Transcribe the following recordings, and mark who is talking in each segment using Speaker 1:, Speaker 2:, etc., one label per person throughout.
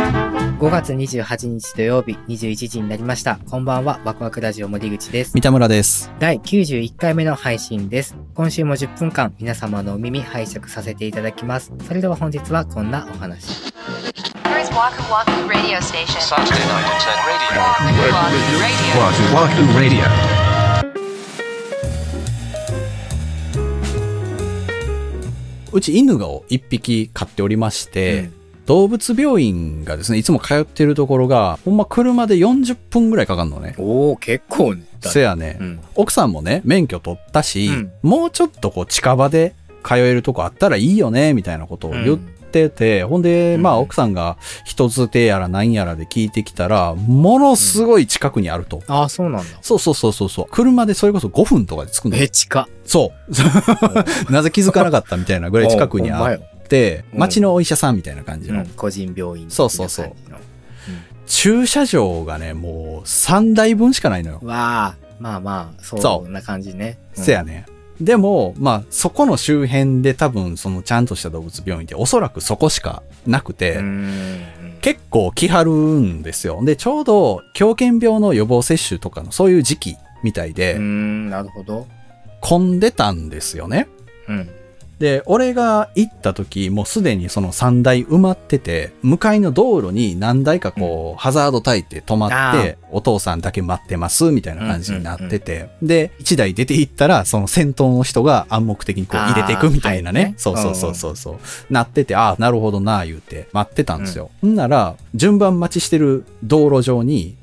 Speaker 1: 5月28日土曜日21時になりました。こんばんは、ワクワクラジオ森口です。
Speaker 2: 三田村です。
Speaker 1: 第91回目の配信です。今週も10分間皆様のお耳拝借させていただきます。それでは本日はこんなお話。
Speaker 3: Here's Waku Waku Radio Station.
Speaker 4: Saturday night at radio.
Speaker 3: Waku Waku Radio.
Speaker 4: Wahoo Wahoo Radio.
Speaker 2: うち犬を一匹飼っておりまして、動物病院がですね、いつも通ってるところが、ほんま車で40分ぐらいかかるのね。
Speaker 1: おお、結構ね。
Speaker 2: せやね、
Speaker 1: うん。
Speaker 2: 奥さんもね、免許取ったし、
Speaker 1: うん
Speaker 2: もうちょっとこう近場で通えるとこあったらいいよね、みたいなことを言ってて、ほんで、
Speaker 1: うん
Speaker 2: まあ奥さんが人づてやらなんやらで聞いてきたら、ものすごい近くにあると。
Speaker 1: ああ、そうなんだ。
Speaker 2: そうそうそうそうそう。車でそれこそ5分とかで着くの。
Speaker 1: え、近。
Speaker 2: そう。 なぜ気づかなかったみたいなぐらい近くに
Speaker 1: お
Speaker 2: あっ
Speaker 1: ほんまよ
Speaker 2: って
Speaker 1: うん
Speaker 2: 町のお医者さんみたいな感じの、
Speaker 1: うん個人病院。
Speaker 2: そうそうそう
Speaker 1: みたいな感
Speaker 2: 駐車場がねもう3台分しかないのよ
Speaker 1: じの。わあ、まあまあ、そ
Speaker 2: そ
Speaker 1: んな感じね。うん
Speaker 2: せやねでもまあそこの周辺で多分そのちゃんとした動物病院っておそらくそこしかなくて、
Speaker 1: うーん。
Speaker 2: 結構来はるんですよでちょうど狂犬病の予防接種とかのそういう時期みたいで、
Speaker 1: うーん、なるほど。
Speaker 2: 混んでたんですよね
Speaker 1: うん。
Speaker 2: で俺が行った時もうすでにその3台埋まってて向かいの道路に何台かこう、ハザード焚いて止まってお父さんだけ待ってますみたいな感じになってて、で1台出て行ったらその先頭の人が暗黙的にこう入れていくみたいな
Speaker 1: あーはい
Speaker 2: ね
Speaker 1: ね
Speaker 2: そうそうそうそうそう、なっててああなるほどな言うて待ってたんですよ、ん、なら順番待ちしてる道路上に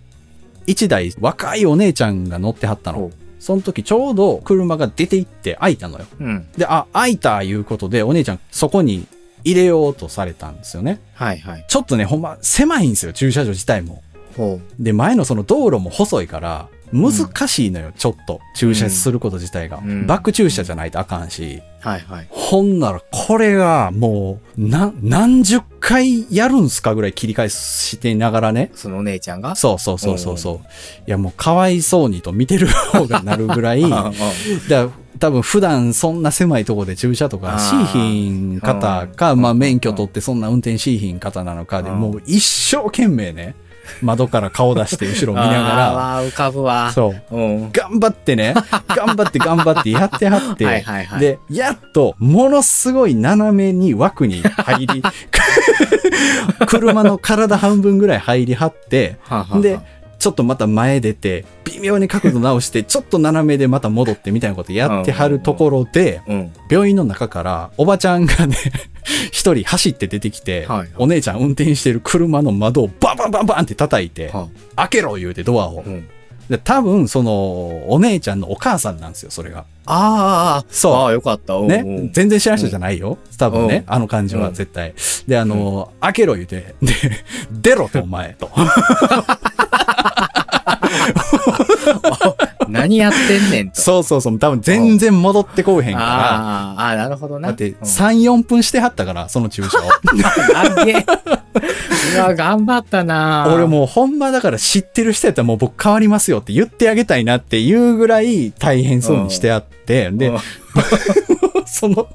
Speaker 2: 1台若いお姉ちゃんが乗ってはった
Speaker 1: お
Speaker 2: の
Speaker 1: う
Speaker 2: その時ちょうど車が出て行って開いたのよ
Speaker 1: うん。
Speaker 2: で、あ、開いたいうことで、お姉ちゃん、そこに入れようとされたんですよね。
Speaker 1: はいはい。
Speaker 2: ちょっとね、ほんま、狭いんですよ、駐車場自体も。
Speaker 1: ほ
Speaker 2: で、前のその道路も細いから、難しいのよ、ちょっと。駐車すること自体が。
Speaker 1: うん
Speaker 2: バック駐車じゃないとあかんし。
Speaker 1: う。はいはい。
Speaker 2: ほんなら、これが、もう、な、何十回やるんすかぐらい切り返してながらね。
Speaker 1: そのお姉ちゃんが
Speaker 2: そうそうそうそうそう。いや、もう、かわいそうにと見てる方がなるぐ らい、
Speaker 1: ああ
Speaker 2: だから多分普段そんな狭いところで駐車とかしいひん方
Speaker 1: あー
Speaker 2: か、
Speaker 1: うん
Speaker 2: まあ免許取ってそんな運転しいひん方なのかで、
Speaker 1: うん
Speaker 2: もう一生懸命ね、窓から顔出して後ろ見なが
Speaker 1: あー浮かぶわ
Speaker 2: ら、。そう。
Speaker 1: うん。
Speaker 2: 頑張っ てね、頑張って頑張ってやってはって、
Speaker 1: はいはいはい
Speaker 2: で、やっと、ものすごい斜めに枠に 入り、車の体半分ぐらい入りはって、
Speaker 1: はは
Speaker 2: で、ちょっとまた前出て、微妙に角度 直して、ちょっと斜めでまた戻ってみたいなことやってはるところで、
Speaker 1: うん。
Speaker 2: 病院の中から、おばちゃんがね、 一人走って出てきて、
Speaker 1: はい
Speaker 2: お姉ちゃん運転してる車の窓をバンバンバンバンって叩いて、
Speaker 1: は
Speaker 2: 開けろ言うてドアを
Speaker 1: う。ん。
Speaker 2: で多分、その、お姉ちゃんのお母さんなんですよ、それが。
Speaker 1: ああ、
Speaker 2: そう
Speaker 1: ああ、よかった。うん
Speaker 2: ね、全然知らん人じゃないよ。多分ね、あの感じは絶対。で、あの、開けろ言うて、で、出ろとお前 と。
Speaker 1: うん何やってんねんと。
Speaker 2: そうそうそう、多分全然戻ってこうへんから、
Speaker 1: ああ、ああ、なるほどな。
Speaker 2: だって
Speaker 1: うん、
Speaker 2: 3、4分してはったから、そ の注射を。
Speaker 1: あげ。うわ、頑張ったな。
Speaker 2: 俺。もうほんまだから知ってる人やったらもう僕変わりますよって言ってあげたいなっていうぐらい大変そうにしてあって、で、
Speaker 1: うん
Speaker 2: その、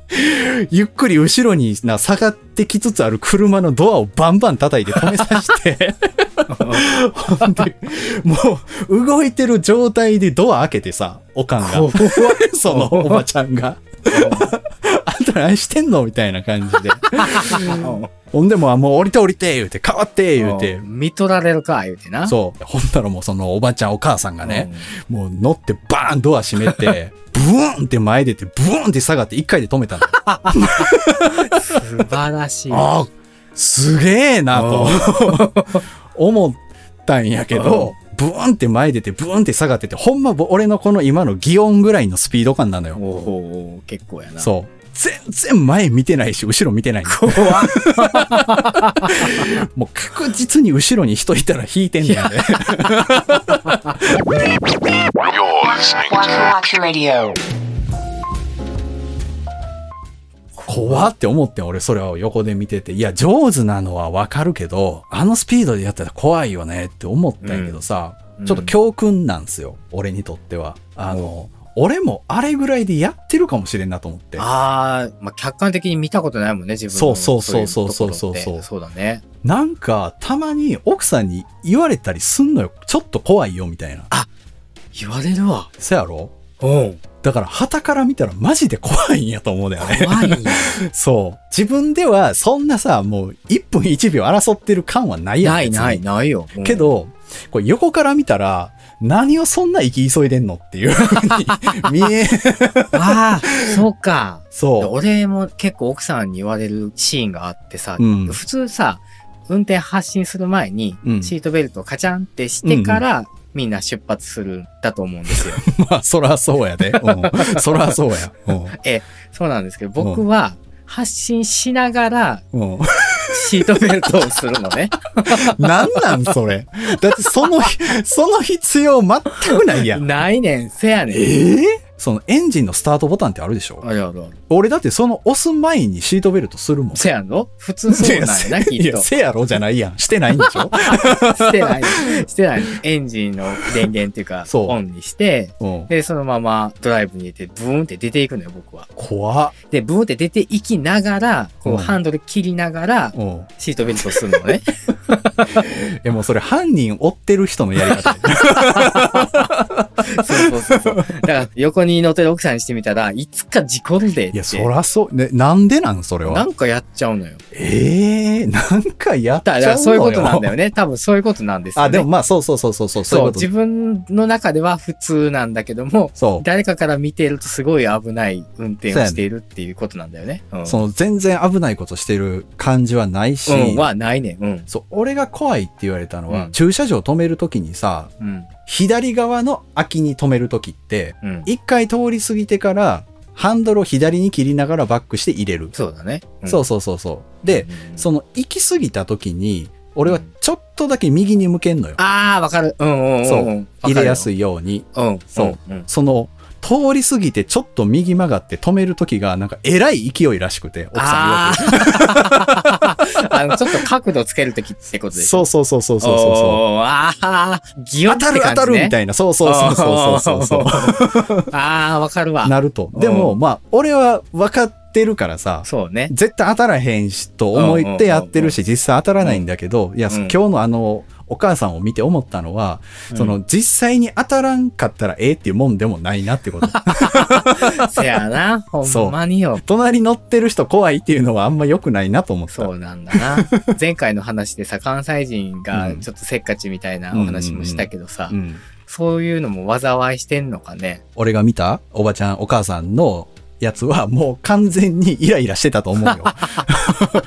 Speaker 2: ゆっくり後ろにな下がってきつつある車のドアをバンバン叩いて止めさせ て、ほんで、もう動いてる状態でドア開けてさ、おかん
Speaker 1: 怖
Speaker 2: が、 そのおばちゃんが、あんた何してんのみたいな感じで。ほんでもう、あもう降りて降りて言うて、変わって言うて
Speaker 1: う、ん見とられるか、言うてな。
Speaker 2: そう。ほんならもうそのおばちゃんお母さんが
Speaker 1: う
Speaker 2: ね、もう乗ってバーンドア閉め て、ブーンって前出て、ブーンって下がって一回で止めたの。
Speaker 1: 素晴らしい。
Speaker 2: ああ、すげえなと、 思ったんやけど、ブーンって前出て、ブーンって下がってて、ほんまぼ俺のこの今の擬音ぐらいのスピード感なの
Speaker 1: お
Speaker 2: よ。
Speaker 1: お結構やな。う。
Speaker 2: そう。全然前見てないし、後ろ見てないの。 もう確実に後ろに人いたら引いてんだよね。
Speaker 4: You're listening
Speaker 3: Waku
Speaker 4: to
Speaker 3: Waku Radio.
Speaker 2: 怖って思ってん俺それを横で見てていや上手なのはわかるけどあのスピードでやったら怖いよねって思ったんやけどさ、
Speaker 1: うん
Speaker 2: ちょっと教訓なんすよ俺にとってはあの、俺もあれぐらいでやってるかもしれんなと思って。
Speaker 1: ああ、まあ、客観的に見たことないもんね、自分の
Speaker 2: そうそうそうそう
Speaker 1: いところって
Speaker 2: そうそうそう
Speaker 1: そうだね。
Speaker 2: なんか、たまに奥さんに言われたりすんのよ。ちょっと怖いよ、みたいな。
Speaker 1: 言われるわ。
Speaker 2: そやろ
Speaker 1: うん。
Speaker 2: だから、旗から見たらマジで怖いんやと思うだよね。
Speaker 1: 怖いよ。
Speaker 2: そう。自分では、そんなさ、もう、1分1秒争ってる感はないやん。
Speaker 1: ないない
Speaker 2: 別に。
Speaker 1: ないよ。うん
Speaker 2: け、ど、これ横から見たら、何をそんな生き急いでんのっていうふうに 見え、
Speaker 1: ああ、そうか。
Speaker 2: そう。
Speaker 1: 俺も結構奥さんに言われるシーンがあってさ、
Speaker 2: うん
Speaker 1: 普通さ、運転発進する前に
Speaker 2: うん
Speaker 1: シートベルトをカチャンってしてから、みんな出発するんだと思うん ですよ。
Speaker 2: まあ、そらそうやで。うん、そらそうや。
Speaker 1: そうなんですけど、僕は発進しながら
Speaker 2: うん。うん。
Speaker 1: シートベルトをするのね。
Speaker 2: なんなんそれ。だって、その、その必要全く ないやん。
Speaker 1: ないねん、せやねん。
Speaker 2: ええそのエンジンのスタートボタンってあるでしょ
Speaker 1: あるあるある。
Speaker 2: 俺だってその押す前にシートベルトするもん。
Speaker 1: せやろ普通そうなんやな、き
Speaker 2: い
Speaker 1: っ
Speaker 2: や、
Speaker 1: と。
Speaker 2: せやろじゃないやん。してないんでしょ
Speaker 1: してない。してない。エンジンの電源っていうか、
Speaker 2: そう
Speaker 1: オンにして、
Speaker 2: うん。
Speaker 1: で、そのままドライブに入れて、ブーンって出ていくのよ、僕は。
Speaker 2: 怖っ。
Speaker 1: で、ブーンって出ていきながら、こ
Speaker 2: う
Speaker 1: うんハンドル切りながら、
Speaker 2: うん。
Speaker 1: シートベルトするの ね。
Speaker 2: え、もうそれ犯人追ってる人のやり方。
Speaker 1: そうそうそうそう。だから、横に乗ってる奥さんにしてみたら、いつか事故るでっ
Speaker 2: い
Speaker 1: て
Speaker 2: や、。そらそう。ね、なんでなんそれ
Speaker 1: な
Speaker 2: は。
Speaker 1: んかやっちゃうのよ。
Speaker 2: ええなんかやっち
Speaker 1: だか
Speaker 2: ゃうの
Speaker 1: ら
Speaker 2: よ。
Speaker 1: そういうことなんだよね。多分そういうことなんですよ、ね。
Speaker 2: あ、でもまあ、そうそうそうそうそう。そう
Speaker 1: そう
Speaker 2: い
Speaker 1: う、
Speaker 2: こと
Speaker 1: 自分の中では普通なんだけども、
Speaker 2: そう。
Speaker 1: 誰かから見てるとすごい危ない運転をしているっていうことなんだよね。うん。
Speaker 2: その全然危ないことしてる感じはないし、
Speaker 1: うん、はないね。うん。
Speaker 2: そう俺が怖いって言われたのは、
Speaker 1: うん
Speaker 2: 駐車場止めるときにさ、
Speaker 1: うん。
Speaker 2: 左側の空きに止めるときって、
Speaker 1: うん。
Speaker 2: 一回通り過ぎてから、ハンドルを左に切りながらバックして入れる。
Speaker 1: そうだね。うん
Speaker 2: そうそうそうそう。で、、
Speaker 1: うん
Speaker 2: その行き過ぎたときに、俺はちょっとだけ右に向けんのよ。
Speaker 1: ああ、わかる。うんうんうんうん。
Speaker 2: そう
Speaker 1: わかる
Speaker 2: 入れやす
Speaker 1: い。
Speaker 2: いように。
Speaker 1: うん。
Speaker 2: そう。
Speaker 1: うん。
Speaker 2: その、通り過ぎてちょっと右曲がって止めるときが、なんかえらい勢いらしくて、奥さん
Speaker 1: あ
Speaker 2: 曰く。
Speaker 1: あー あの、ちょっと角度つけるときってことでしょ
Speaker 2: そうそうそうそうそうそうそう。
Speaker 1: おーああ、ギョ
Speaker 2: 当
Speaker 1: ッて
Speaker 2: たる当
Speaker 1: 感
Speaker 2: た
Speaker 1: じ
Speaker 2: るみ
Speaker 1: ね。
Speaker 2: たいな。そうそうそうそうそうそうそう。
Speaker 1: う。 ああ、わかる わ。
Speaker 2: なると。
Speaker 1: うん
Speaker 2: でも、まあ、俺は分かってるからさ、
Speaker 1: そうね。
Speaker 2: 絶対当たらへんしと思ってやってるし、実際当たらないんだけど、いや、
Speaker 1: うん
Speaker 2: 今日のあの、お母さんを見て思ったのは、その、実際に当たらんかったらええっていうもんでもないなってこと。
Speaker 1: せやな。ほんまによ。
Speaker 2: 隣乗ってる人怖いっていうのはあんま良くないなと思った。
Speaker 1: そうなんだな。前回の話でさ、関西人がちょっとせっかちみたいなお話もしたけどさ、
Speaker 2: うん。
Speaker 1: そういうのも災いしてんのかね。
Speaker 2: 俺が見たおばちゃん、お母さんのやつはもう完全にイライラしてたと思うよ。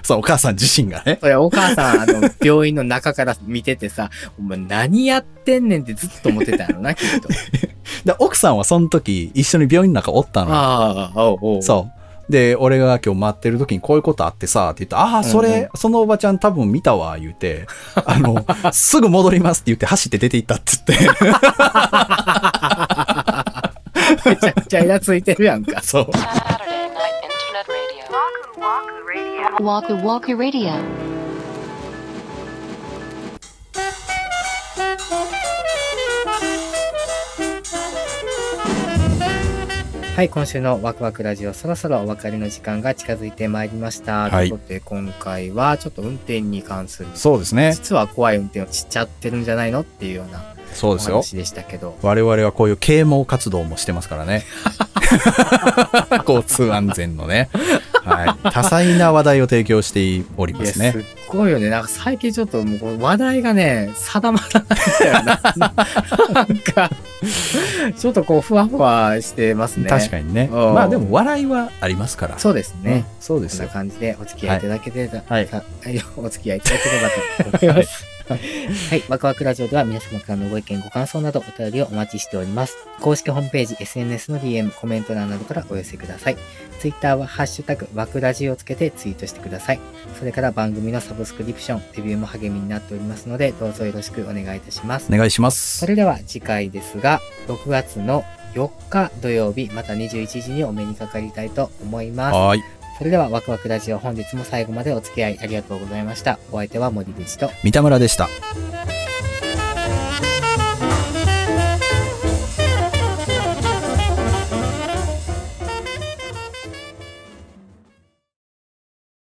Speaker 2: そう、お母さん自身がね。
Speaker 1: それお母さん、あの、病院の中から見ててさ、お前何やってんねんってずっと思ってたのな、きっと。
Speaker 2: で、奥さんはその時一緒に病院の中おったのよ。
Speaker 1: あ あ、おうおう。
Speaker 2: そう。で、俺が今日待ってる時にこういうことあってさ、って言ったら、ああ、それ、
Speaker 1: うんう
Speaker 2: そのおばちゃん多分見たわ、言うて、あの、すぐ戻りますって言って走って出て行ったって言って、
Speaker 1: めちゃくちゃイラついてるやんか。
Speaker 2: そう。
Speaker 3: Saturday Night Internet Radio. Waku Waku Radio. Waku Waku Radio.
Speaker 1: はい、今週のワクワクラジオ、そろそろお別れの時間が近づいてまいりました。
Speaker 2: はい
Speaker 1: ということで、今回はちょっと運転に関する、
Speaker 2: そうですね。
Speaker 1: 実は怖い運転をしちゃってるんじゃないのっていうような
Speaker 2: そう
Speaker 1: お
Speaker 2: ですよ。
Speaker 1: 話でしたけど。
Speaker 2: 我々はこういう啓蒙活動もしてますからね。 交通安全のね。はい。多彩な話題を提供しており
Speaker 1: い
Speaker 2: ま
Speaker 1: や、
Speaker 2: す
Speaker 1: す
Speaker 2: ね。
Speaker 1: っごいよね。なんか最近ちょっともうこう話題がね、定まらないんだよな。 なんか、ちょっとこう、ふわふわしてますね。
Speaker 2: 確かにね。
Speaker 1: うん
Speaker 2: まあでも笑いはありますから。
Speaker 1: そうです
Speaker 2: う
Speaker 1: ね
Speaker 2: ん。そうで
Speaker 1: そん
Speaker 2: す
Speaker 1: な
Speaker 2: よ。
Speaker 1: 感じでお付き合いいただければ、
Speaker 2: はい
Speaker 1: さはい お付き合いいただければと思います。はい、ワクワクラジオでは皆様からのご意見、ご感想などお便りをお待ちしております。公式ホームページ、SNS の DM、コメント欄などからお寄せください。Twitter はハッシュタグ、ワクラジをつけてツイートしてください。それから番組のサブスクリプション、レビューも励みになっておりますので、どうぞよろしくお願いいたします
Speaker 2: お。願いしま
Speaker 1: そ
Speaker 2: す。
Speaker 1: れでは次回ですが、6月の4日土曜日、また21時にお目にかかりたいと思います。
Speaker 2: はい。
Speaker 1: それではワクワクラジオ本日も最後までお付き合いありがとうございました。お相手は森口と
Speaker 2: 三田村でした。